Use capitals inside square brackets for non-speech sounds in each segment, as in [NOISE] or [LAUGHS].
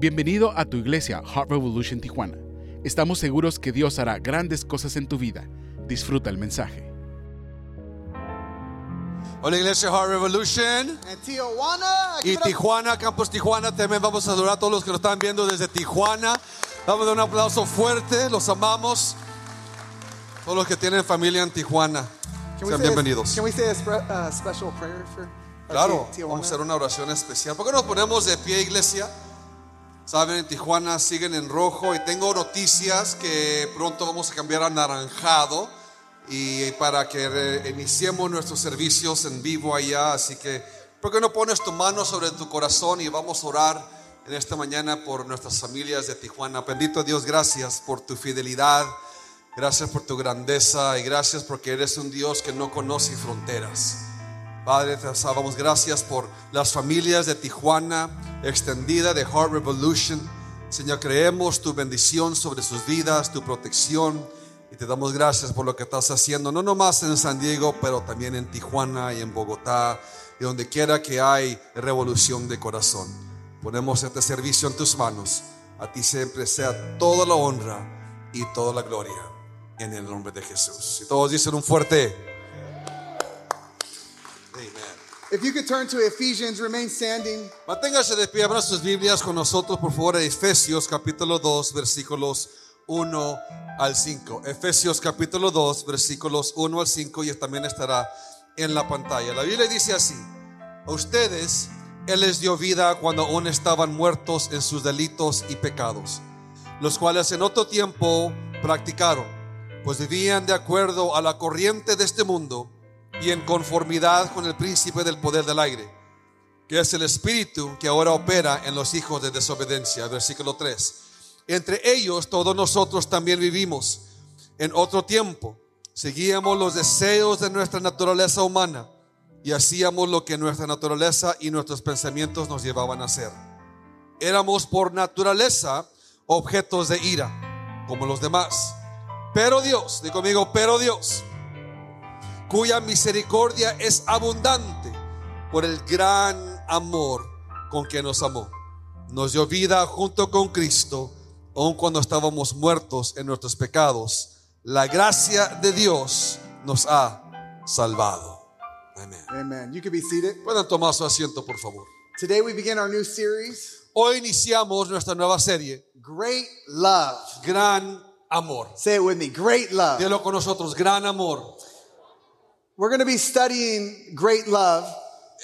Bienvenido a tu iglesia, Heart Revolution Tijuana. Estamos seguros que Dios hará grandes cosas en tu vida. Disfruta el mensaje. Hola Iglesia Heart Revolution En Tijuana, aquí y tenemos- Tijuana, Campos Tijuana, también vamos a adorar a todos los que nos están viendo desde Tijuana. Vamos a dar un aplauso fuerte, los amamos. Todos los que tienen familia en Tijuana, Can we sean say a- bienvenidos. Can we say a spre- uh, special prayer for our Claro, Ti- Tijuana? vamos a hacer una oración especial. ¿Por qué nos ponemos de pie, iglesia? Saben, en Tijuana siguen en rojo y tengo noticias que pronto vamos a cambiar a naranjado y para que re- iniciemos nuestros servicios en vivo allá. Así que, ¿por qué no pones tu mano sobre tu corazón y vamos a orar en esta mañana por nuestras familias de Tijuana? Bendito Dios, gracias por tu fidelidad, gracias por tu grandeza y gracias porque eres un Dios que no conoce fronteras. Padre, te damos gracias por las familias de Tijuana, extendida de Heart Revolution. Señor, creemos tu bendición sobre sus vidas, tu protección. Y te damos gracias por lo que estás haciendo, no nomás en San Diego, pero también en Tijuana y en Bogotá, y donde quiera que hay revolución de corazón. Ponemos este servicio en tus manos. A ti siempre sea toda la honra y toda la gloria. En el nombre de Jesús. Y todos dicen un fuerte. Amén. If you could turn to Ephesians, remain standing. Manténgase de pie, abran sus Biblias con nosotros, por favor, a Efesios capítulo 2, versículos 1 al 5. Efesios capítulo 2, versículos 1 al 5 y también estará en la pantalla. La Biblia dice así, a ustedes Él les dio vida cuando aún estaban muertos en sus delitos y pecados, los cuales en otro tiempo practicaron, pues vivían de acuerdo a la corriente de este mundo y en conformidad con el príncipe del poder del aire que es el espíritu que ahora opera en los hijos de desobediencia. Versículo 3. Entre ellos todos nosotros también vivimos. En otro tiempo seguíamos los deseos de nuestra naturaleza humana y hacíamos lo que nuestra naturaleza y nuestros pensamientos nos llevaban a hacer. Éramos por naturaleza objetos de ira, como los demás. Pero Dios, digo conmigo, pero Dios, cuya misericordia es abundante por el gran amor con que nos amó. Nos dio vida junto con Cristo, aun cuando estábamos muertos en nuestros pecados. La gracia de Dios nos ha salvado. Amén. Amen. You could be seated. Pueden tomar su asiento, por favor. Today we begin our new series, Hoy iniciamos nuestra nueva serie, Great Love. Gran Amor. Say it with me, Great Love. Dilo con nosotros, Gran Amor. We're going to be studying Great Love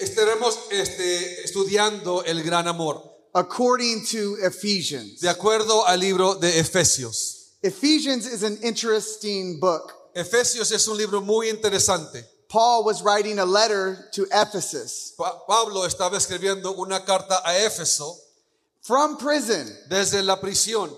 Estaremos este, estudiando el Gran Amor, according to Ephesians. de acuerdo al libro de Efesios. Ephesians is an interesting book. Efesios es un libro muy interesante. Paul was writing a letter to Ephesus Pa- Pablo estaba escribiendo una carta a Éfeso from prison. desde la prisión.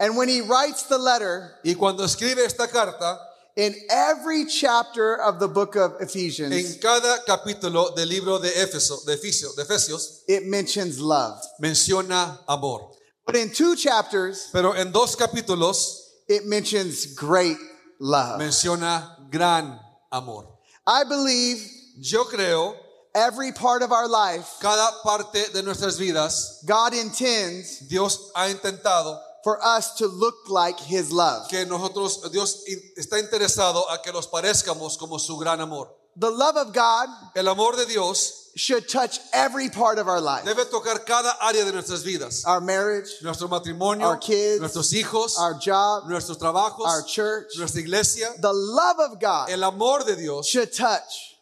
And when he writes the letter, Y cuando escribe esta carta, in every chapter of the book of Ephesians, en cada capítulo del libro de Éfeso, de Efesio- de Efesios, it mentions love. menciona amor. But in two chapters, Pero en dos capítulos it mentions great love. menciona gran amor. I believe Yo creo every part of our life, cada parte de nuestras vidas God intends Dios ha intentado for us to look like His love. que nosotros Dios in- está interesado a que nos parezcamos como su gran amor. The love of God El amor de Dios should touch every part of our life debe tocar cada área de nuestras vidas. our marriage, Nuestro matrimonio, Our kids, nuestros hijos, our job, nuestros trabajos, our church. nuestra iglesia. The love of God El amor de Dios should touch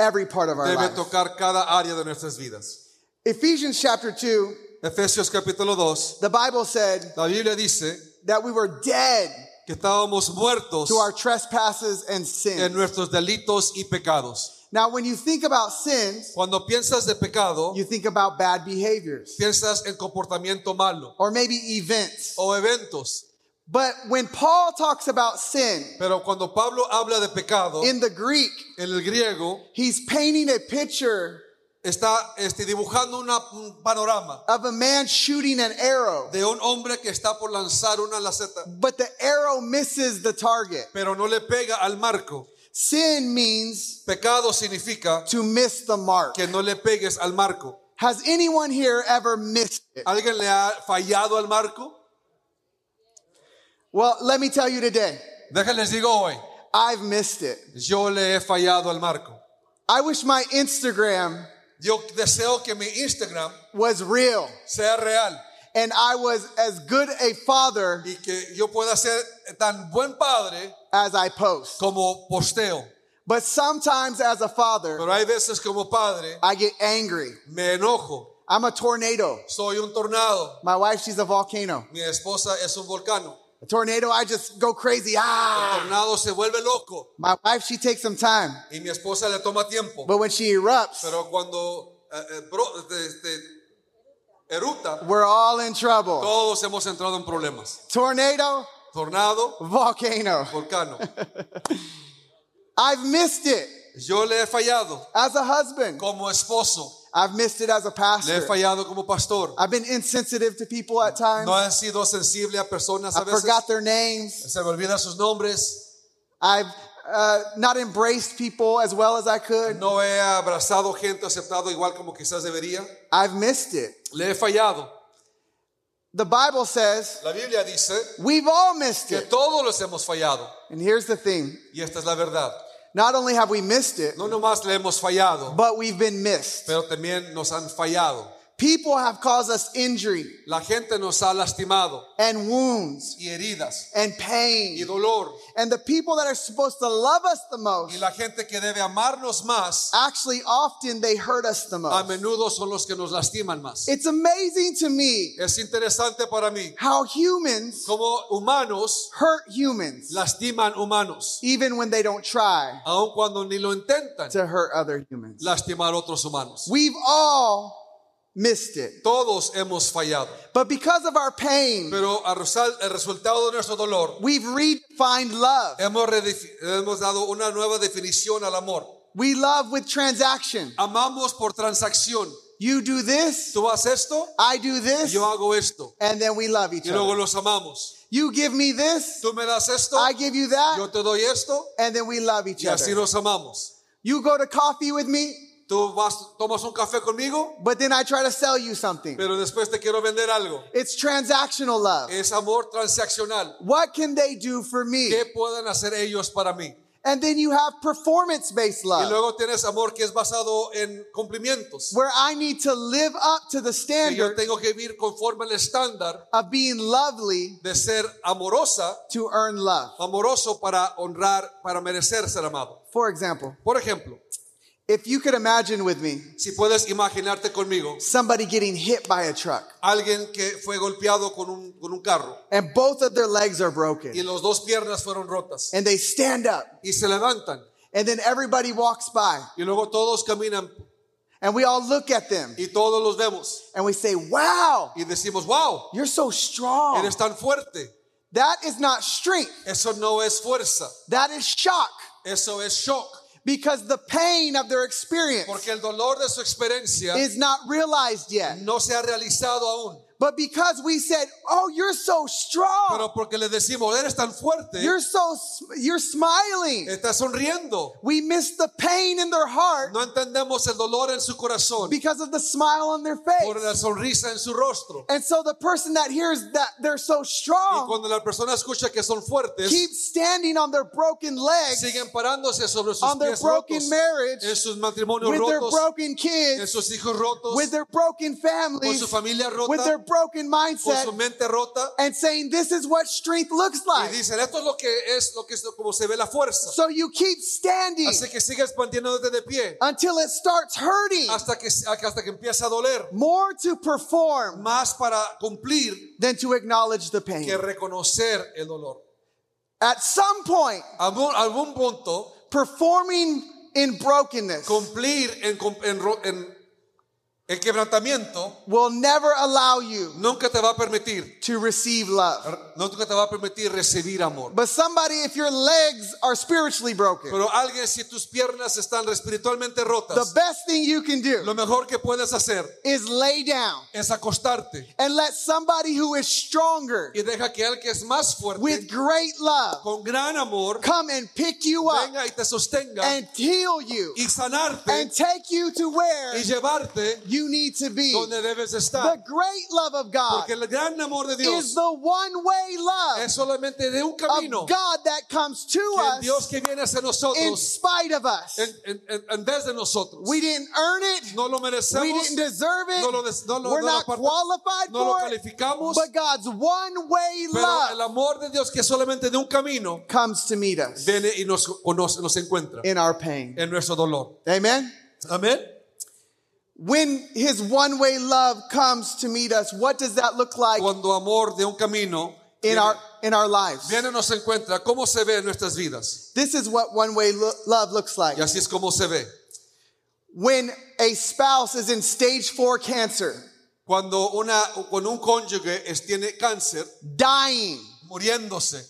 every part of our debe life. tocar cada área de nuestras vidas. Ephesians chapter 2, Efesios capítulo 2, the Bible said la Biblia dice that we were dead que estábamos muertos to our trespasses and en sins. nuestros delitos y pecados. Now, when you think about sins, Cuando piensas de pecado, you think about bad behaviors piensas en comportamiento malo or maybe events. o eventos. But when Paul talks about sin Pero cuando Pablo habla de pecado, en in the Greek, el griego he's painting a picture está este, dibujando una, un panorama. of a man shooting an arrow, de un hombre que está por lanzar una laceta, but the arrow misses the target. pero no le pega al marco. Sin means Pecado significa to miss the mark. que no le pegues al marco. Has anyone here ever missed it? ¿Alguien le ha fallado al marco? Well, let me tell you today, Déjenles digo hoy, I've missed it. yo le he fallado al marco. I wish my Instagram Yo deseo que mi Instagram was real sea real and I was as good a father y que yo pueda ser tan buen padre as I post. como posteo. But sometimes as a father, Pero hay veces como padre I get angry. me enojo, I'm a tornado. soy un tornado, My wife, she's a volcano. mi esposa es un volcano. A tornado, I just go crazy. El Ah! tornado se vuelve loco My wife, she takes some time. y mi esposa le toma tiempo. But when she erupts, Pero cuando eh, eh, bro- te- te eructa, we're all in trouble. todos hemos entrado en problemas. Tornado, Tornado, volcano. volcano. I've missed it Yo le he fallado as a husband. como esposo, I've missed it as a le he pastor. fallado como pastor. I've been insensitive to people at times. No he sido sensible a personas a I veces. forgot their names. Se me olvidan sus nombres. I've uh, not embraced people as well as I could. No he abrazado gente, aceptado igual como quizás debería. I've missed it. Le he fallado. The Bible says La Biblia dice we've all missed que it. todos los hemos fallado. And here's the thing Y esta es la verdad. not only have we missed it, No nomás le hemos fallado, but we've been missed. pero también nos han fallado. People have caused us injury La gente nos ha lastimado and wounds y heridas and y pain. dolor. And the people that are supposed to love us the Y most, la gente que debe amarnos más, actually, often they hurt us the a most. menudo son los que nos lastiman más. It's amazing to me Es interesante para mí how humans cómo humanos hurt humans, lastiman humanos, even when they don't try aun cuando ni lo intentan to hurt other humans. lastimar otros humanos. We've all missed it. Todos hemos fallado, But because of our pain, pero a resal- el resultado de nuestro dolor we've redefined love. hemos, redefi- hemos dado una nueva definición al amor. We love with transaction. Amamos por transacción. You do this, Tú haces esto, I do this, yo hago esto. and then we love each Y luego other. los amamos. You give me this, Tú me das esto, I give you yo that, te doy esto, and then we love each y así other. nos amamos. You go to coffee with me, Tú vas, tomas un café conmigo, but then I try to sell you something. pero Eh- después te quiero vender algo. It's transactional love. Es amor transaccional. What can they do for me? ¿Qué pueden hacer ellos para mí? And then you have performance based Y love luego tienes amor que es basado en cumplimientos. where I need to live up to Que yo the standard tengo que vivir conforme al estándar of being lovely de ser amorosa, to earn love. amoroso para honrar, para merecer ser amado. For example, Por ejemplo, if you could imagine with me si puedes imaginarte conmigo, somebody getting hit by a truck alguien que fue golpeado con un, con un carro and both of their legs are y broken los dos piernas fueron rotas and they stand up y se levantan and then everybody walks by y luego todos caminan and we all look at them y todos los vemos and we say, wow, y decimos, wow, you're so strong. eres tan fuerte. That is not strength. Eso no es fuerza, That is shock eso es shock, because the pain of their experience porque el dolor de su experiencia is not realized yet. no se ha realizado aún. But because we said, oh, you're so strong. Pero porque le decimos, eres tan fuerte, You're so, sm- you're smiling. estás sonriendo. We miss the pain in their heart No entendemos el dolor en su corazón because of the smile on their por la face. sonrisa en su rostro. And so the person that hears that they're so Y strong cuando la persona escucha que son fuertes, keeps standing on their broken legs, siguen parándose sobre sus on their pies broken rotos, marriage, en sus matrimonios with their rotos, broken en kids, sus hijos rotos, with their broken con su families, familia with their rota, broken con su mindset, mente rota. and saying, This is what strength looks Y like. dicen, esto es lo que es, lo que es como se ve la fuerza. So you keep standing Así que sigues manteniéndote de pie until it starts hurting hasta que, hasta que empieza a doler. more to perform Más para cumplir than to acknowledge the pain. que reconocer el dolor. At some point, Algún, algún punto, performing in brokenness cumplir en, com- en, ro- en- en quebrantamiento will never allow you nunca te va a permitir, to receive love. nunca te va a permitir recibir amor. But somebody, if your legs are spiritually broken, Pero alguien, si tus piernas están espiritualmente the rotas, best thing you can do lo mejor que puedes hacer is lay down es acostarte and let somebody who is stronger y deja que el que es más with fuerte, great love con gran amor, come and pick you up venga y te sostenga and heal you y sanarte and take you to where y llevarte you need to be. donde debes The estar. great love of God Porque el gran amor de is Dios the one way love es solamente de un camino of God that comes to que el Dios us que viene hacia in nosotros spite of us. en, en- en- en vez de nosotros. We didn't earn it. No lo We merecemos, didn't deserve no lo it. des- no lo- We're no lo not aparta- qualified no lo for it. calificamos, But God's one way pero el love amor de Dios que es solamente de un camino comes to meet us viene y nos, o nos, nos encuentra in our pain. en nuestro dolor. Amen. Amén. When his one way love comes to meet us, what does that look like Cuando amor de un camino in viene, our in our lives? viene y nos encuentra, ¿cómo se ve en nuestras vidas? This is what one way lo- love looks like. Y así es como se ve. When a spouse is in stage 4 cancer, Cuando, una, cuando un cónyuge es- tiene cáncer, dying muriéndose,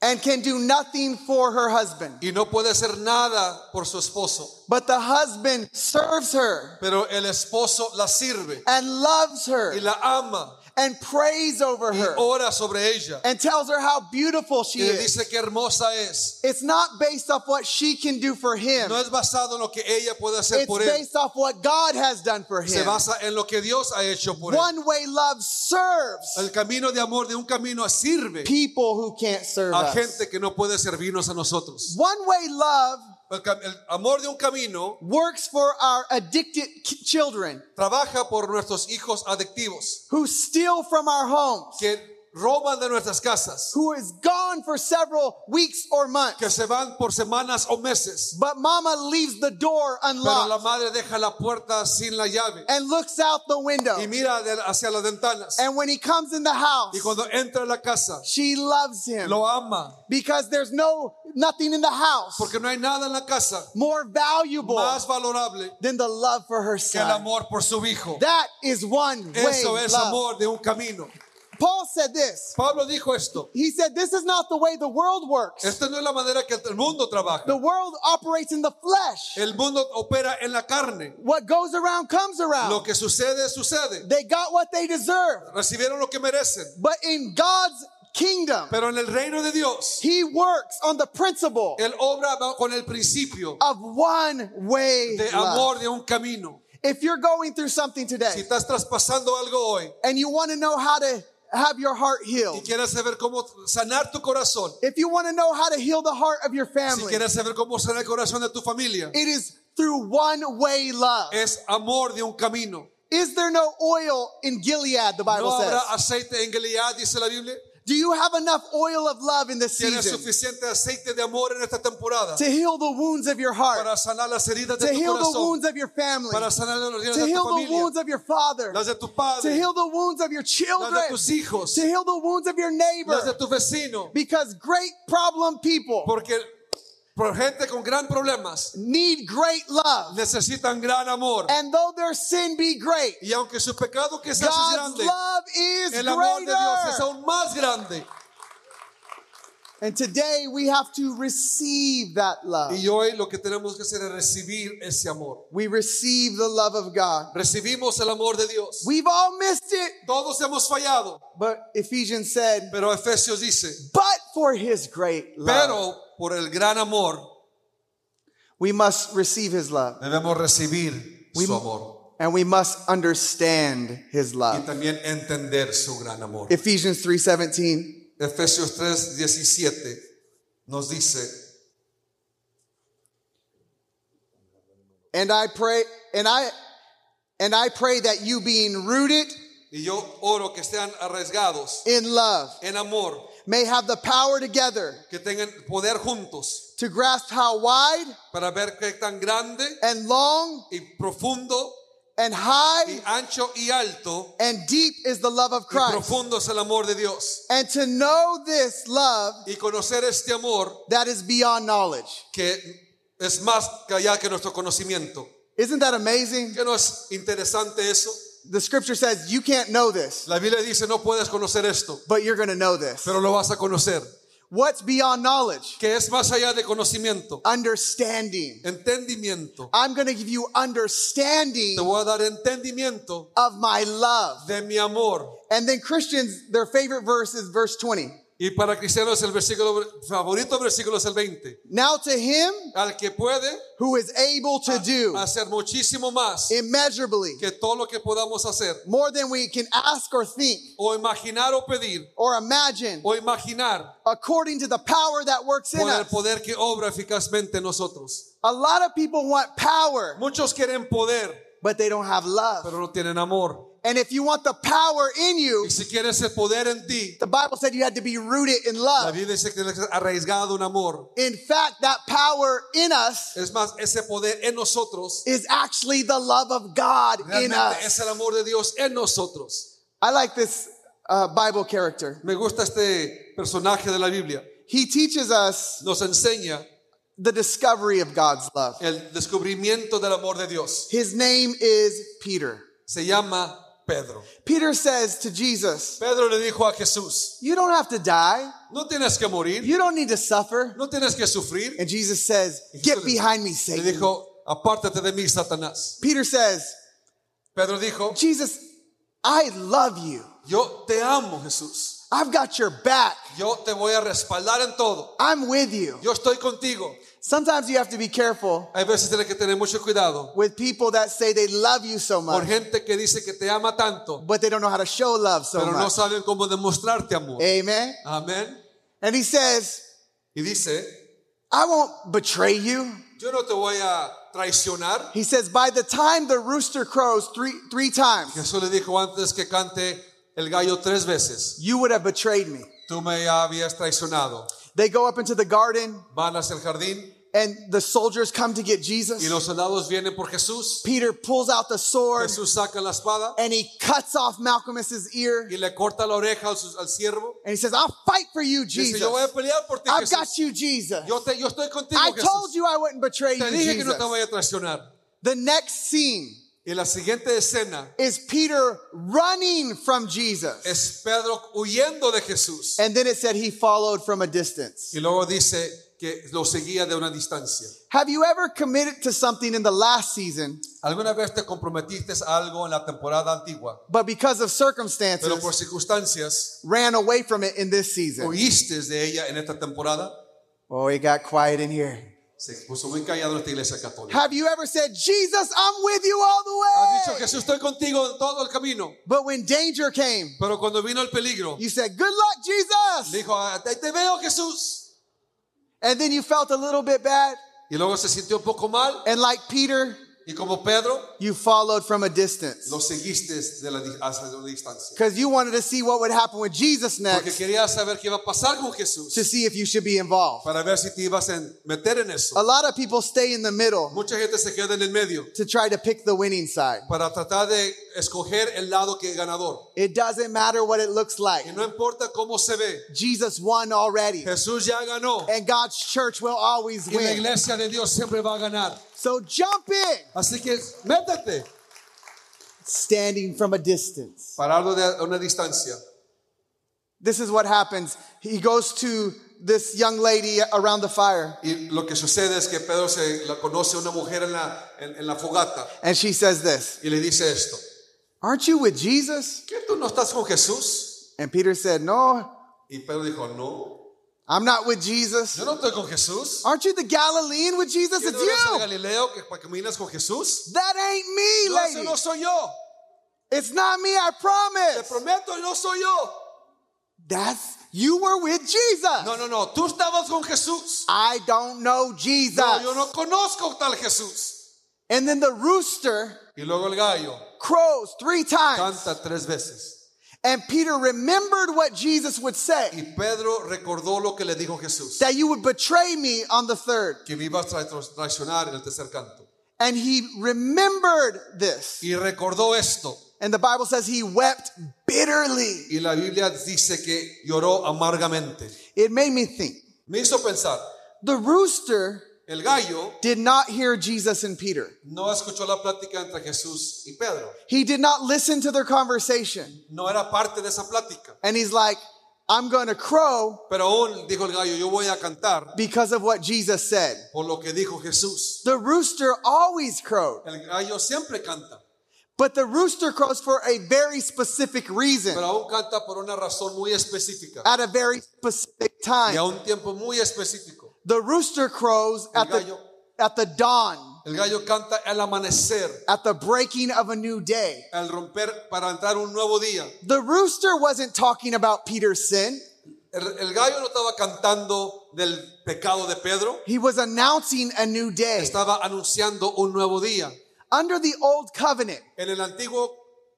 and can do nothing for her husband, y no puede hacer nada por su esposo, but the husband serves her pero el esposo la sirve and loves her y la ama and prays over y her ora sobre ella and tells her how beautiful she y le is. dice que hermosa es. It's not based off what she can do for him. No es basado en lo que ella puede hacer It's por él, based off what God has done for se him. basa en lo que Dios ha hecho por él. One way love serves El camino de amor de un camino sirve people who can't serve a us. gente que no puede servirnos a nosotros. One way love El, cam- el amor de un camino works for our addicted k- children trabaja por nuestros hijos adictivos who steal from our homes, que roban de nuestras casas, who is gone for several weeks or que months, se van por semanas o meses, but mama leaves the door pero la unlocked madre deja la puerta sin la llave and looks out the window. y mira de- hacia las ventanas. And when he comes in the house, Y cuando entra a la casa, she loves him lo ama, because there's no nothing in the house porque no hay nada en la casa more valuable más valorable than the love for her que el son. amor por su hijo. That is one way Eso es love. amor de un camino. Paul said this. Pablo dijo esto. He said, "This is not the way the world works. Esta no es la manera que el mundo The trabaja. world operates in the flesh. El mundo opera en la carne. What goes around comes Lo around. que sucede, sucede. They got what they deserve. Recibieron lo que merecen. But in God's kingdom, Pero en el reino de Dios, He works on the principle Él obra ba- con el principio of one-way de love. amor de un camino. If you're going through something Si today estás traspasando algo hoy and you want to know how to have your heart y healed, quieres saber cómo sanar tu corazón, if you want to know how to heal the heart of your Si family, quieres saber cómo será el corazón de tu familia, it is through one-way love. es amor de un camino. Is there no oil in Gilead? The Bible No says. habrá aceite en Gilead, dice la Biblia. Do you have enough oil of love in this Tienes season suficiente aceite de amor en esta temporada to heal the wounds of your heart, para sanar las heridas to de tu heal the corazón, wounds of your family, para sanar las heridas de tu to heal the wounds familia, of your father, las de tu to padre, heal the wounds of your las de children, tus to hijos, heal the wounds of your las de neighbor? tu vecino. Because great problem people Porque por gente con gran problemas need great love. necesitan gran amor. And though their sin be great, Y aunque su pecado que sea es God's grande, love is el amor de Dios es greater. aún más grande. And today we have to receive that love. Y hoy lo que tenemos que hacer es recibir ese amor. We receive the love of God. Recibimos el amor de Dios. We've all missed it, Todos hemos fallado, but Ephesians said, pero Efesios dice, But for his great love, pero por el gran amor we must receive his love debemos recibir We- su amor and we must understand his y love. también entender su gran amor. Ephesians 3:17. Efesios 3, 17 nos dice, And I pray and I and I pray that you being rooted y yo oro que sean arriesgados in love en amor, may have the power together que tengan poder juntos to grasp how wide para ver qué tan grande and long y profundo and y high ancho y alto and deep is the love of y Christ. profundo es el amor de Dios. And to know this love Y conocer este amor that is beyond knowledge. que es más que allá que nuestro conocimiento. Isn't that amazing? ¿Qué no es interesante eso? The scripture says you can't know this, La Biblia dice, no puedes conocer esto, but you're going to know this. pero lo vas a conocer. What's beyond knowledge? Que es más allá de conocimiento, Understanding. entendimiento. I'm going to give you understanding Te voy a dar entendimiento of my love. de mi amor. And then Christians, their favorite verse is verse 20. Y para cristianos el versículo favorito versículo es el 20. Now to him Al que puede who is able to do hacer muchísimo más immeasurably que todo lo que podamos hacer more than we can ask or think o imaginar o pedir or imagine o imaginar according to the power that works in con el us. poder que obra eficazmente en nosotros. A lot of people want power, Muchos quieren poder, but they don't have love. pero no tienen amor. And if you want the power in you, Y si quieres el poder en ti, the Bible said you had to be rooted in la love. Biblia dice que tienes que ser arraigado en amor. In fact, that power in us Es más, ese poder en nosotros is actually the love of God in realmente es us. el amor de Dios en nosotros. I like this uh, Bible character. Me gusta este personaje de la Biblia. He teaches us Nos enseña the discovery of God's love. el descubrimiento del amor de Dios. His name is Peter. Se llama Pedro. Peter says to Jesus, Pedro le dijo a Jesús, You don't have to die. no tienes que morir, You don't need to suffer. no tienes que sufrir. And Jesus says, Get behind me, Le Satan. dijo, apártate de mí, Satanás. Peter says, Pedro dijo, Jesus, I love you. yo te amo, Jesús. I've got your back. Yo te voy a respaldar en todo. I'm with you. Yo estoy contigo. Sometimes you have to be careful Hay veces tienes que tener mucho cuidado with people that say they love you so con much, gente que dice que te ama tanto, but they don't know how to show love so pero no much. saben cómo demostrarte amor. Eh. Amen. Amén. And he says, Y dice, I won't betray you. yo no te voy a traicionar. He says, By the time the rooster crows three, three times, Jesús le dijo antes que cante el gallo tres veces, you would have betrayed me. tú me habías traicionado. They go up into the garden, Van hacia el jardín and the soldiers come to get y Jesus. los soldados vienen por Jesús. Peter pulls out the sword Jesús saca la espada and he cuts off Malcolmus's ear. y le corta la oreja al, su- al siervo. And he says, I'll fight for you, Y Dice, Jesus. yo voy a pelear por ti, I've Jesús. got you, Jesus. Yo, te, yo estoy contigo, I told Jesús. you I wouldn't betray Te you, dije que no te Jesus. voy a traicionar. The next scene Y la siguiente escena is Peter running from Jesus. es Pedro huyendo de Jesús. And then it said he followed from a distance. Y luego dice que lo seguía de una distancia. Have you ever committed to something in the last season, ¿Alguna vez te comprometiste a algo en la temporada antigua? but because of Pero por circumstances, circunstancias ran away from it in this season? oíste de ella en esta temporada, Oh, it got quiet in here. se puso muy callado en esta iglesia católica. Have you ever said, Jesus, I'm with you all Has the dicho, way? Jesús, estoy contigo en todo el camino. But when danger came, Pero cuando vino el peligro, you said, Good luck, Jesus. dijo, "Ah, te te veo, Jesús. And then you felt a little bit bad. Y luego se sintió un poco mal. And like Peter, Y como Pedro, you followed from a distance lo seguiste de la, di- hacia una distancia. because you wanted to see what would happen with Jesus Porque next quería saber qué iba a pasar con Jesús. to see if you should be involved. Para ver si te ibas a meter en eso. A lot of people stay in the middle Mucha gente se queda en el medio to try to pick the winning side. para tratar de escoger el lado que es ganador. It doesn't matter what it looks like. Y no importa cómo se ve, Jesus won already, Jesús ya ganó. and God's church will always Y la win. iglesia de Dios siempre va a ganar. So jump in, Así que métete. standing from a distance. Pararlo de a una distancia. This is what happens. He goes to this young lady around the fire, Y lo que sucede es que Pedro se la conoce a una mujer en la, en, en la fogata and she says this y le dice esto. Aren't you with Jesus? ¿Qué tú no estás con Jesús? And Peter said, No, Y Pedro dijo, no, I'm not with Jesus. yo no estoy con Jesús. Aren't you the Galilean with Jesus? ¿Qué It's no eres de you. Galileo que para caminas con Jesús? That No, ain't me, ese lady. no soy yo. It's not me, I Te promise. prometo, no soy yo. That's you were with No, Jesus. no, no. Tú estabas con Jesús. I don't know No, yo Jesus. no conozco tal Jesús. And then the rooster Y luego el gallo crows three times. canta tres veces. And Peter remembered what Jesus would Y say Pedro recordó lo que le dijo Jesús. that you would betray me on the third. que me iba a tra- tra- traicionar en el tercer canto. And he remembered this. Y recordó esto. And the Bible says he wept bitterly. Y la Biblia dice que lloró amargamente. It made me think. Me hizo pensar, The rooster el gallo did not hear Jesus and Peter. no escuchó la plática entre Jesús y Pedro. He did not listen to their conversation. No era parte de esa plática. And he's like, I'm going to crow Pero aún dijo el gallo, yo voy a cantar because of what Jesus said. por lo que dijo Jesús. The rooster always crowed, El gallo siempre canta. But the rooster crows for a very specific reason pero aún canta por una razón muy específica at a very specific y a time. un tiempo muy específico. The rooster crows at the, gallo. at the dawn, El gallo canta al amanecer, at the breaking of a new day. al romper para entrar un nuevo día. The rooster wasn't talking about Peter's sin. El, el gallo no estaba cantando del pecado de Pedro, He was announcing a new day. estaba anunciando un nuevo día. Under the old covenant, En el antiguo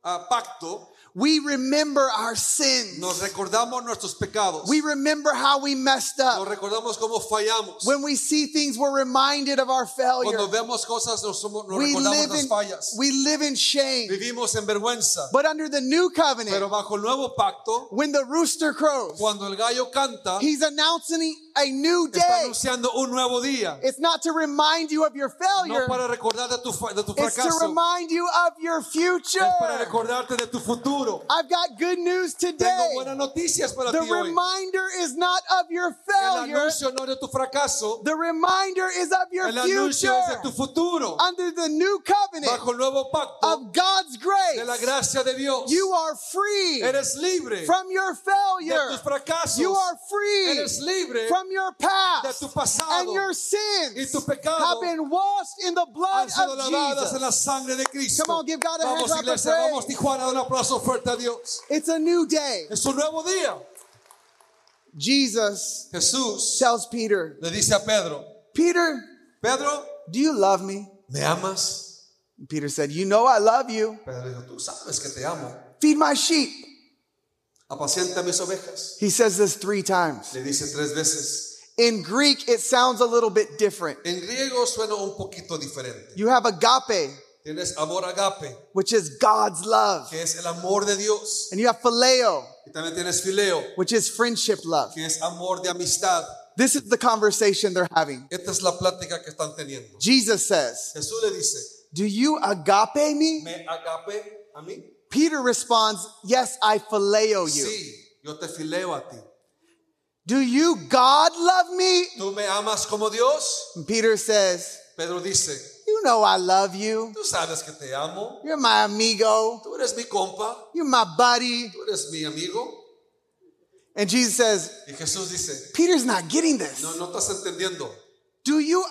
ah, pacto we remember our sins. nos recordamos nuestros pecados, We remember how we messed nos up. recordamos cómo fallamos. When we see things, we're reminded of our failure. Cuando vemos cosas nos, somos- nos We recordamos live las in, fallas. we live in shame. Vivimos en vergüenza. But under the new Pero covenant, bajo el nuevo pacto, when the rooster crows, cuando el gallo canta, he's announcing a new está day. anunciando un nuevo día. It's not to remind you of your failure, No para recordar de tu, fa- de tu it's to fracaso, remind you of your es para future. recordarte de tu futuro. I've got good news Tengo today. buenas noticias para The ti hoy. reminder is not of your El failure. anuncio no es de tu fracaso, The reminder is of your el anuncio es de tu future. futuro. Under the new covenant Bajo el nuevo pacto of God's de la grace, gracia de Dios, you are free eres libre de from your tus failure. You fracasos, are free eres libre from your de past. tu pasado. And your y sins tu pecado have been washed in the blood han sido of lavadas en la Jesus. sangre de Cristo. Come on, give God a hand vamos clap of iglesia, praise. vamos Tijuana, da un aplauso fuerte a Dios. It's a new day. Es un nuevo día. Jesus Jesús tells Peter, le dice a Pedro, Peter, Pedro, do you love me? ¿me amas? And Peter said, You know I love you. Pedro dijo, tú sabes que te amo. Feed my sheep. Apacienta mis ovejas. He says this three times. Le dice tres veces. In Greek, it sounds a little bit different. En griego suena un poquito diferente. You have agape, Tienes amor agape, which is God's love. que es el amor de Dios. And you have phileo, Y también tienes fileo, which is friendship love. que es amor de amistad. This is the conversation they're having. Esta es la plática que están teniendo. Jesus says, Jesús le dice, Do you agape me? ¿me agape a mí? Peter responds, Yes, I phileo you. Sí, yo te fileo a ti. Do you God love me? ¿Tú me amas como Dios? And Peter says, Pedro dice, You know I love you. tú sabes que te amo. You're my amigo. Tú eres mi compa. You're my buddy. Tú eres mi amigo. And Jesus says, Y Jesús dice, Peter's not getting this. no, no estás entendiendo. Do you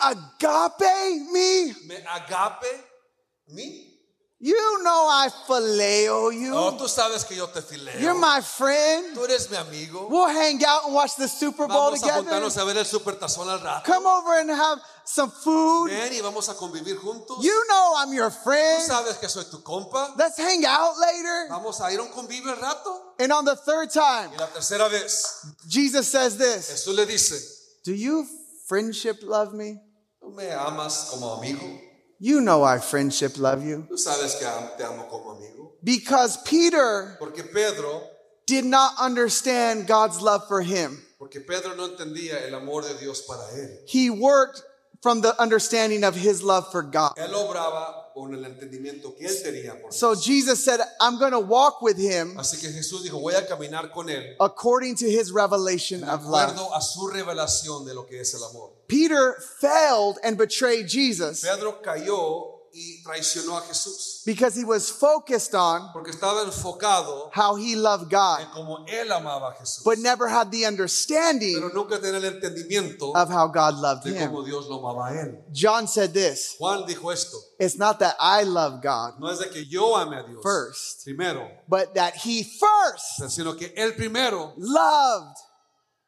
agape me? ¿Me agape a mí? You know I phileo No, you. tú sabes que yo te You're fileo. my friend. Tú eres mi amigo. We'll hang out and watch the Super Bowl Vamos a juntarnos together. a ver el supertazón al rato. Come over and have some food. Ven y vamos a convivir juntos. Tú You know I'm your friend. sabes que soy tu compa. Let's hang out later. Vamos a ir a un convivio al rato. And on the third time, Y la tercera vez, Jesus says this Jesús le dice, Do you friendship love me? tú me amas como amigo. You know I friendship love you. Tú sabes que am- te amo como amigo. Because Peter Porque Pedro, did not understand God's love for him. porque Pedro no entendía el amor de Dios para él. He worked from the understanding of his love for God. Él obraba con el entendimiento que él tenía por So Jesus said, I'm going to walk with him Así que Jesús dijo, voy a caminar con él. according to his revelation De of love. acuerdo a su revelación de lo que es el amor. Peter failed and betrayed Jesus Pedro cayó y traicionó a Jesús. because he was focused on Porque estaba enfocado how he loved en God, cómo él amaba a Jesús. but never had the understanding Pero nunca tenía el entendimiento of how God loved de him. cómo Dios lo amaba a él. John said this Juan dijo esto. It's not that I love God No es de que yo ame a Dios first, primero, but that he first sino que él primero loved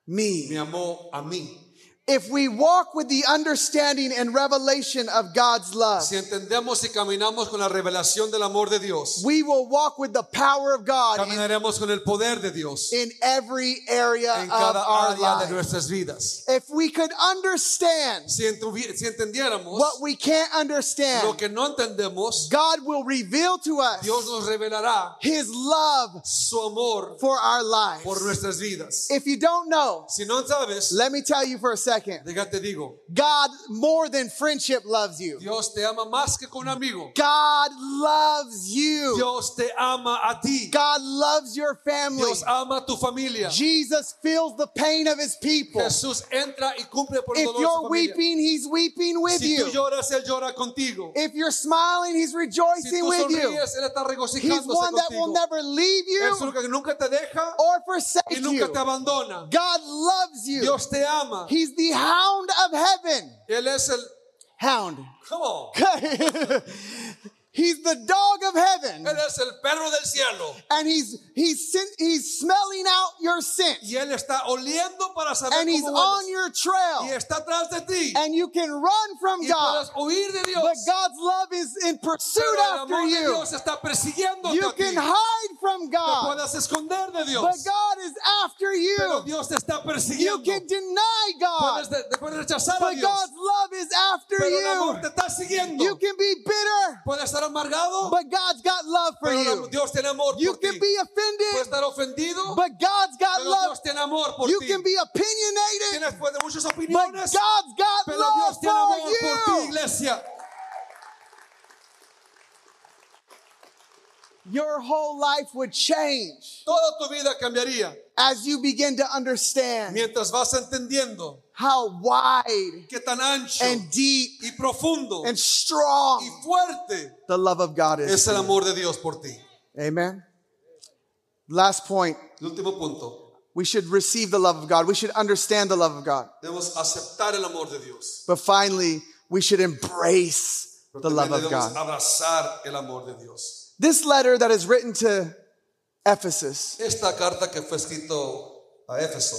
me me. amó a mí. If we walk with the understanding and revelation of God's love, Si entendemos y caminamos con la revelación del amor de Dios, we will walk with the power of God in, caminaremos con el poder de Dios in every area en of cada our área de life. nuestras vidas. If we could understand Si, entuvi- si entendiéramos what we can't lo understand, que no entendemos, God will reveal to us Dios nos revelará his love su amor for our lives. por nuestras vidas. If you don't know, Si no sabes, let me tell you for a second. Diga, te digo, God more than friendship loves you. Dios te ama más que con un amigo. God loves you. Dios te ama a ti. God loves your family. Dios ama a tu familia. Jesus feels the pain of his people. Jesús entra y cumple por el If dolor de you're tu familia. weeping, he's weeping with Si tú you. lloras, Él llora contigo. If you're smiling, he's Si rejoicing tú with you. sonríes, Él está He's regocijándose one that will contigo. never leave Él es you uno que nunca te deja or y forsake nunca you. te abandona. God loves you. Dios te ama. He's the hound of heaven. Él es el... Hound. [LAUGHS] Come on. he's the dog of Él heaven. es el perro del cielo. And he's he's sin- he's smelling out your sin. Y Él está oliendo para saber And he's cómo on hueles. your Y trail. está atrás de ti. And you can run from Y God. puedes huir de Dios. But God's love is in Pero pursuit el after amor de you. Dios está persiguiéndote You a ti. can hide from Te God. puedes esconder de Dios. But God is after Pero you. Dios te está You persiguiendo. can deny God. Puedes, de- te puedes rechazar a But Dios. God's love is after Pero el amor you. te está siguiendo. You can be bitter, Puedes estar amargado. but God's got love for pero you. Dios tiene amor You por ti. can be Puedes offended, estar ofendido. but God's got pero love. Dios tiene amor por You ti. can be opinionated, Tienes pues, de muchas but opiniones. God's got pero love Dios tiene amor for por ti, you. iglesia. Your whole life would change Toda tu vida cambiaría as you begin to understand mientras vas entendiendo how wide qué tan ancho and deep y profundo y and strong fuerte the love of God is. es el amor de Dios por ti. Amen. Last point El último punto, we should receive the love of God, we should understand the love of God. debemos aceptar el amor de Dios. But finally, we should embrace Pero the también love of debemos God. abrazar el amor de Dios. This letter that is written to Ephesus, Esta carta que fue escrito a Éfeso,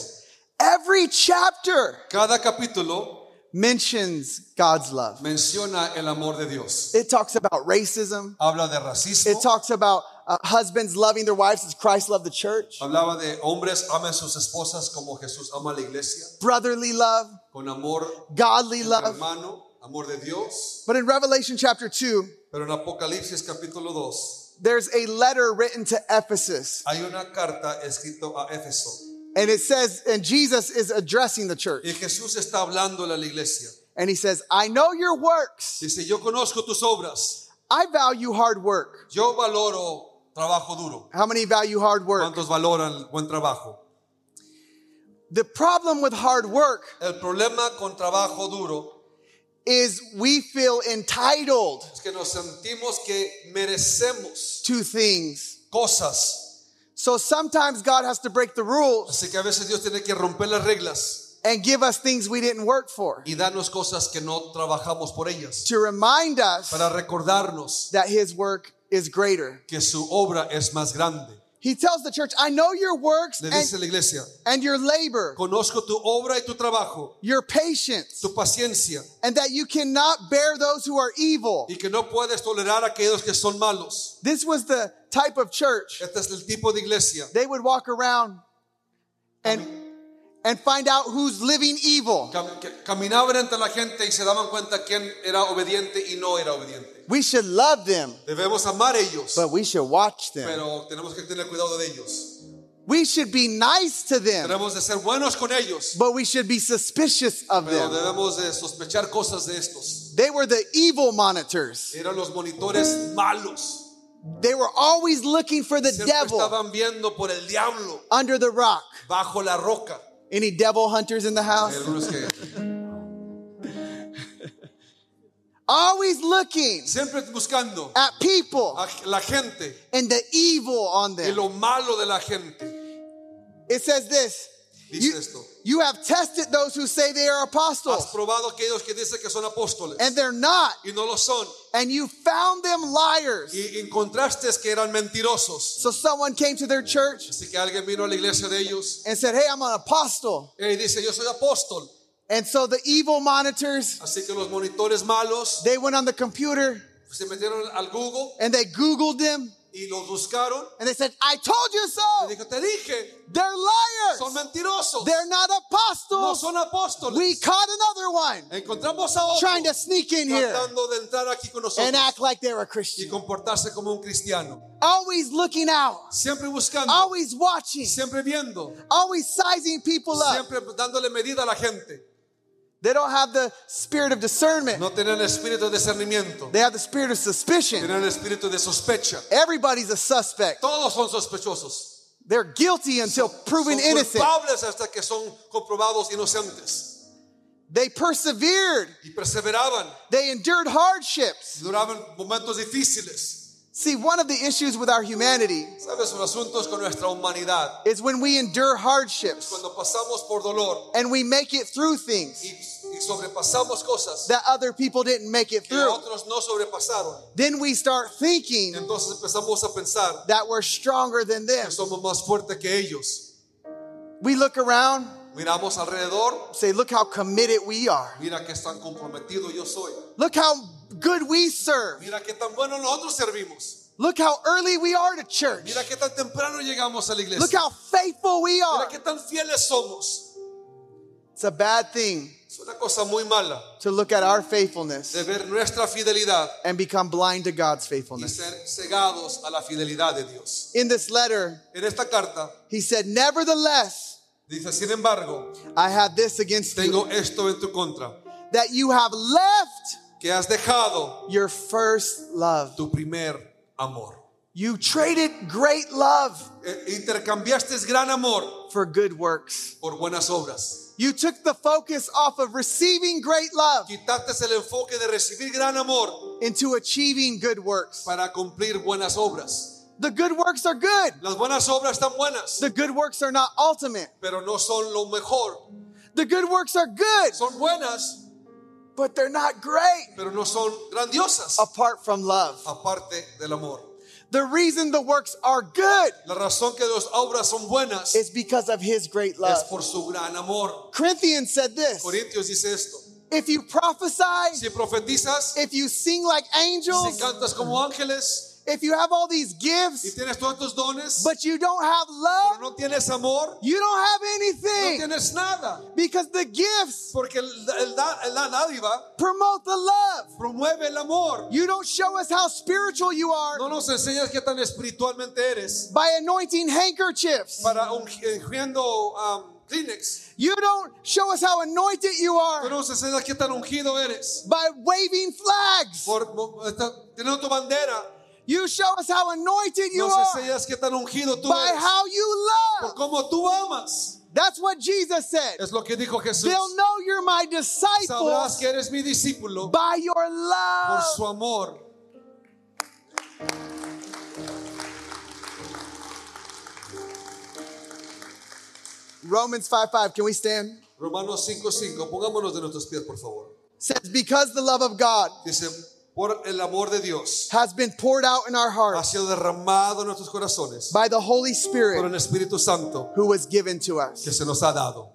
every chapter cada capítulo mentions God's love. menciona el amor de Dios. It talks about racism, Habla de it racismo, talks about uh, husbands loving their wives as Christ loved the church, hablaba de hombres amen sus esposas como Jesús ama a la iglesia, brotherly love, con amor godly entre love. hermano, amor de Dios. But in Revelation chapter 2, Pero en Apocalipsis capítulo 2 there's a letter written to Ephesus, hay una carta escrita a Éfeso and it says, and Jesus is addressing the church, y Jesús está hablando a la iglesia. and he says, I know your works. Dice, yo conozco tus obras, I value hard work. yo valoro trabajo duro. How many value hard work? ¿Cuántos valoran el buen trabajo? The problem with hard work El problema con trabajo duro is we feel entitled es que nos sentimos que merecemos to things. cosas. So sometimes God has to break the rules Así que a veces Dios tiene que romper las reglas and give us things we didn't work for y darnos cosas que no trabajamos por ellas. to remind us Para recordarnos that His work is greater. que su obra es más grande. He tells the church, I know your works Le dice and, la iglesia, and your labor, conozco tu obra y tu trabajo, your patience, tu paciencia and that you cannot bear those who are evil. y que no puedes tolerar a aquellos que son malos. This was the type of church Este es el tipo de iglesia. they would walk around and, and find out who's living evil. Cam- que Caminaban entre la gente y se daban cuenta quién era obediente y no era obediente. We should love them, Debemos amar a ellos, but we should watch them. pero tenemos que tener cuidado de ellos. We should be nice to them, Debemos de ser buenos con ellos, but we should be suspicious of pero them. debemos de sospechar cosas de estos. They were the evil monitors. Eran los monitores malos. They were always looking for the Siempre devil estaban viendo por el diablo under the rock. bajo la roca. Any devil hunters in the Hay house? algunos que Always looking siempre buscando at people a la gente and the evil on y them. lo malo de la gente. It says this Dice you, esto. you have tested those who say they are Has apostles, probado a aquellos que dicen que son apóstoles and they're not, y no lo son. and you found them liars. y encontraste que eran mentirosos. So someone came to their church Así que alguien vino a la iglesia de ellos eh, and said, Hey, I'm an apostle. y dice, yo soy apóstol. And so the evil monitors, Así que los monitores malos they went on the computer se metieron al Google and they Googled them y los buscaron. and they said, I told you Y so. dijo, te dije, They're son liars. mentirosos. They're not No apostles. son apóstoles. We caught another one Encontramos a otro trying to sneak in here tratando de entrar aquí con nosotros and act like they're a y Christian. comportarse como un cristiano. Always looking out, Siempre buscando, always watching, siempre viendo, always sizing people up. siempre dándole medida a la gente. They don't have the spirit of discernment. No tienen espíritu de discernimiento. They have the spirit of suspicion. Tienen espíritu de sospecha. Everybody's a suspect. Todos son sospechosos. They're guilty until proven Son innocent. culpables hasta que son comprobados inocentes. They persevered. Y perseveraban. They endured hardships. Duraban momentos difíciles. See, one of the issues with our humanity Sabes, los asuntos con nuestra humanidad. is when we endure hardships Cuando pasamos por dolor and we make it through things y, y sobrepasamos cosas that other people didn't make it que through. otros no sobrepasaron. Then we start thinking Entonces empezamos a pensar that we're stronger than them. que somos más fuertes que ellos. We look around, Miramos alrededor. say, look how committed we are. Mira que tan comprometido yo soy. Look how good we serve. Mira qué tan bueno nosotros servimos. Look how early we are to church. Mira qué tan temprano llegamos a la Look iglesia. how faithful we Mira are. qué tan fieles somos. It's a bad thing Es una cosa muy mala to look at our de faithfulness ver nuestra fidelidad and become blind to God's y faithfulness. ser cegados a la fidelidad de Dios. In this letter, En esta carta he said, Nevertheless, dice, sin embargo, I have this against you, tengo esto en tu contra, that you have left que has dejado your first love. tu primer amor. You traded great love Eh, Intercambiaste gran amor for good works. por buenas obras. You took the focus off of receiving great love Quitaste el enfoque de recibir gran amor into achieving good works. para cumplir buenas obras. The good works are good. Las buenas obras están buenas, The good works are not ultimate. pero no son lo mejor. The good works are good, Son buenas, but they're not great pero no son grandiosas. apart from love. Aparte del amor. The reason the works are good La razón que las obras son buenas is because of his great es love. por su gran amor. Corinthians said this Corintios dice esto. if you prophesy, Si profetizas, if you sing like si angels, cantas como ángeles if you have all these y gifts, tienes todos tus dones, but you don't have pero love, no tienes amor, you don't have no anything tienes nada. because the gifts Porque el, el da- el la dádiva promote the love. promueve el amor. You don't show us how spiritual you No are nos enseñas qué tan espiritualmente eres by anointing handkerchiefs. para ungiendo um, Kleenex. You don't show us how anointed you No are nos enseñas qué tan ungido eres by waving flags. por mo- esta- teniendo tu bandera. You show us how anointed you Nos are enseñas qué tan ungido tú by eres. how you Por love. cómo tú amas. That's what Jesus said. Es lo que dijo Jesús. They'll know you're my Sabrás disciples que eres mi discípulo by your por love. su amor. Romans 5 5. Can we stand? Romanos 5:5. Pongámonos de nuestros pies, por favor. Says, because the love of God Dice, por el amor de Dios has been poured out in our ha hearts sido derramado en nuestros corazones by the Holy por Spirit el Espíritu Santo who was given to que us. se nos ha dado.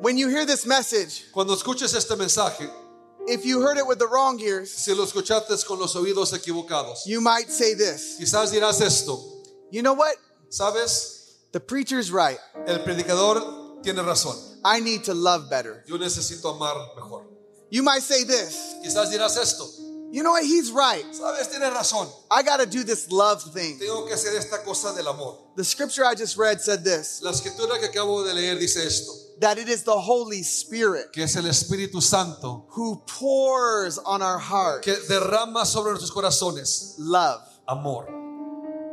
When you hear this message, Cuando escuches este mensaje, if you heard it with the wrong ears, si lo escuchaste con los oídos equivocados, you might say this. quizás dirás esto, You know what? ¿sabes? The preacher's right. El predicador tiene razón. I need to love better. Yo necesito amar mejor. You might say this. Quizás dirás esto, You know what? He's right. ¿sabes? Tiene razón. I got to do this love thing. Tengo que hacer esta cosa del amor. The scripture I just read said this La escritura que acabo de leer dice esto, that it is the Holy Spirit que es el Espíritu Santo who pours on our heart que derrama sobre nuestros corazones love. amor.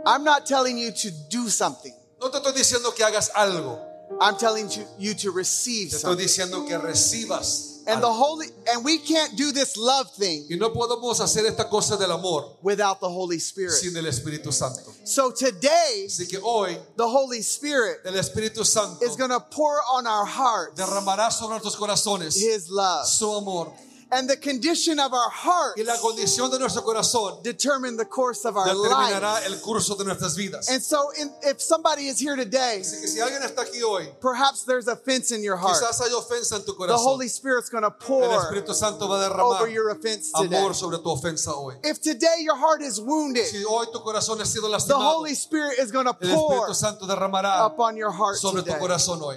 I'm not telling you to do something, No te estoy diciendo que hagas algo, I'm telling you, you to receive te estoy something. diciendo que recibas. And the algo. Holy, and we can't do this love thing Y no podemos hacer esta cosa del amor without the Holy Spirit. sin el Espíritu Santo. So today, Así que hoy the Holy Spirit el Espíritu Santo is going to pour on our hearts derramará sobre nuestros corazones His love. su amor. And the condition of our hearts Y la condición de nuestro corazón determine the course of our determinará life. el curso de nuestras vidas. And so, in, if somebody is here today, Así que si alguien está aquí hoy, perhaps there's offense in your heart. Quizás hay ofensa en tu The corazón. Holy Spirit's going to El pour Espíritu Santo va a over derramar your offense today. amor sobre tu ofensa hoy. If today your heart is wounded, Si hoy tu corazón ha sido the lastimado, Holy el Spirit is going to pour Espíritu Santo derramará upon your heart sobre tu today. corazón hoy.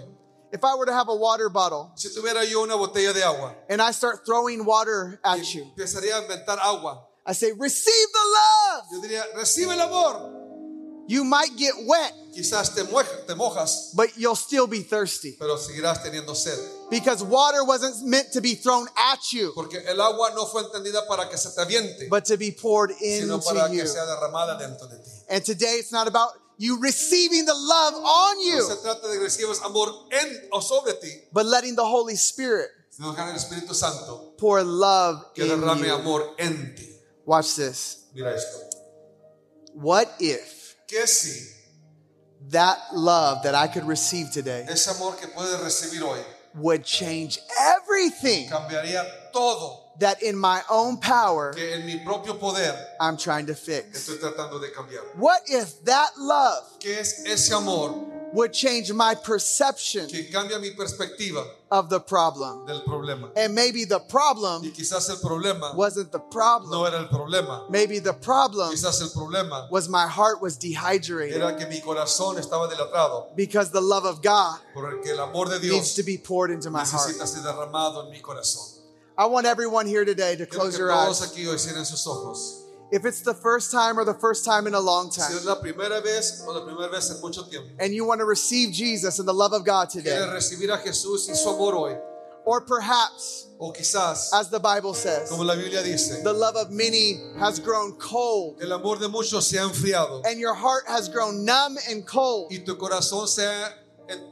If I were to have a water bottle Si tuviera yo una botella de agua, and I start throwing water at you, empezaría a inventar agua. I say, Receive the love. Yo diría, recibe el amor. You might get wet, Quizás te, mue- te mojas, but you'll still be thirsty pero seguirás teniendo sed. because water wasn't meant to be thrown at you, Porque el agua no fue entendida para que se te aviente, but to be poured sino para into you. que sea derramada dentro de ti. And today it's not about you receiving the love on No you, se trata de que recibas amor en o sobre ti, but letting the Holy Spirit sino que el Espíritu Santo pour love que in derrame you. amor en ti. Watch this. Mira esto. What if Que si that love that I could receive today ese amor que puedes recibir hoy would change everything cambiaría todo that in my own power que en mi propio poder I'm trying to fix? estoy tratando de cambiar. What if that love Que es ese amor would change my perception que cambia mi perspectiva of the problem? del problema. And maybe the Y problem quizás el problema wasn't the problem. no era el problema. Maybe the problem Quizás el problema was my heart was dehydrated era que mi corazón estaba delatado because the love of God porque el amor de needs Dios to be poured into my heart. necesita ser derramado en mi corazón. I want everyone here today to Quiero que close your todos eyes. aquí hoy cierren sus ojos. If it's the first time or the first time in a long Si es time, la primera vez o la primera vez en mucho tiempo, and you want to receive Jesus and the love of God quieres today, recibir a Jesús y su amor hoy, or perhaps, o quizás, as the Bible says, como la Biblia dice, the love of many has grown cold, el amor de muchos se ha enfriado and your heart has grown numb and cold y tu corazón se ha en-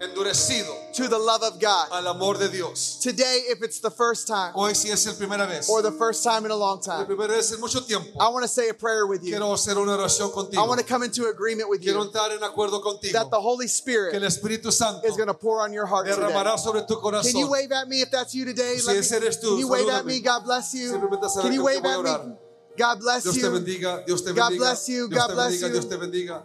endurecido to the love of God. al amor de Dios. Today, if it's the first time Hoy si es la primera vez, or the first time in a long la time, primera vez en mucho tiempo, I want to say a prayer with you. quiero hacer una oración contigo. I want to come into agreement with Quiero you entrar en acuerdo that contigo the que Holy el Spirit Espíritu Santo is going to pour on your heart today. derramará sobre tu Can you corazón. wave at me if that's you today? Si Let me- ese eres tú, can you wave at salúdame. me? God bless you. Simplemente saber Can you que te wave voy a at me? orar. God bless Dios te you. bendiga, Dios te God bendiga. bless you, Dios God te bless bendiga, you. Dios te bendiga.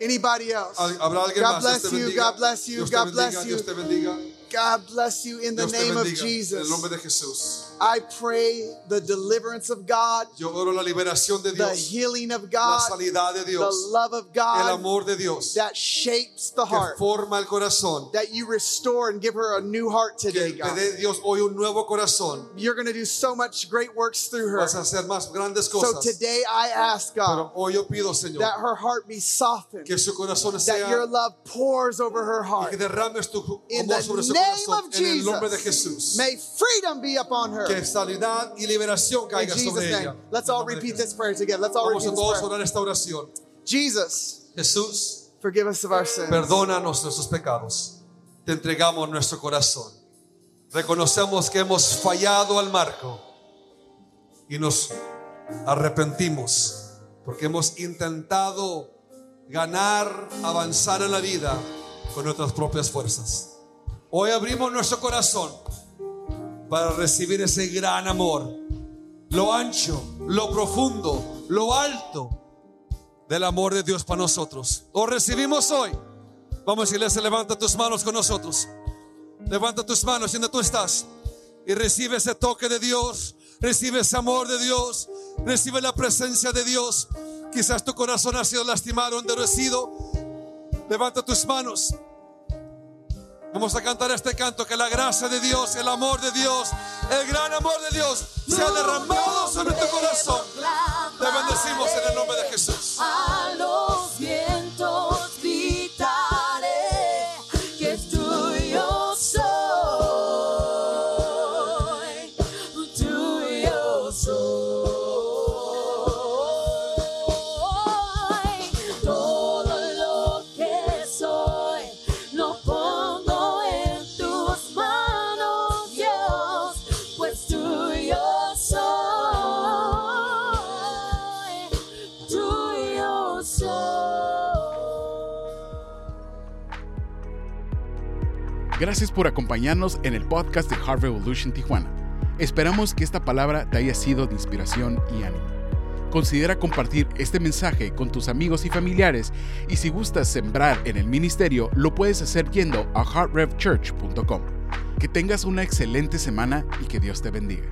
Anybody else? Al- Habrá alguien God más. bless Dios te you, bendiga. God bless you, Dios te God bendiga, bless Dios you. te bendiga. God bless you in the Dios te name of bendiga. En el nombre Jesus. de Jesús. I pray the deliverance of God, Yo oro la liberación de the Dios, healing of la God, sanidad de the Dios, love of el God amor de Dios that shapes the que heart, forma el corazón. that you restore and give her a new heart Que today, le God. dé Dios hoy un nuevo corazón. You're going to do so much great works through her. Vas a hacer más grandes So cosas. today I ask Pero God hoy yo pido, that Señor, her heart be softened. que su corazón that your sea love pours over her y heart. que derrames tu ju- In amor the sobre su name corazón of en el nombre de Jesus. Jesús. May freedom be upon her. Que sanidad y liberación In caiga Jesus' sobre ella. name. Let's En el all nombre de repeat Jesús. this prayer together. Let's all Vamos repeat a todos this a prayer. orar esta oración. Jesus, Jesús, forgive us of our sins. perdónanos nuestros pecados. Te entregamos nuestro corazón. Reconocemos que hemos fallado al marco y nos arrepentimos porque hemos intentado ganar, avanzar en la vida con nuestras propias fuerzas. Hoy abrimos nuestro corazón para recibir ese gran amor, lo ancho, lo profundo, lo alto del amor de Dios para nosotros. Lo recibimos hoy. Vamos a decirle, "Se levanta tus manos con nosotros. Levanta tus manos donde tú estás y recibe ese toque de Dios, recibe ese amor de Dios, recibe la presencia de Dios. Quizás tu corazón ha sido lastimado, endurecido. Levanta tus manos. Vamos a cantar este canto, que la gracia de Dios, el amor de Dios, el gran amor de Dios se ha derramado sobre tu corazón. Te bendecimos en el nombre de Jesús. A los vientos gritaré que tuyo soy, tuyo soy. Todo lo que soy lo pongo en tus manos, Dios, pues tuyo soy tuyo soy. Gracias por acompañarnos en el podcast de Heart Revolution Tijuana. Esperamos que esta palabra te haya sido de inspiración y ánimo. Considera compartir este mensaje con tus amigos y familiares y si gustas sembrar en el ministerio, lo puedes hacer yendo a heartrevchurch.com. Que tengas una excelente semana y que Dios te bendiga.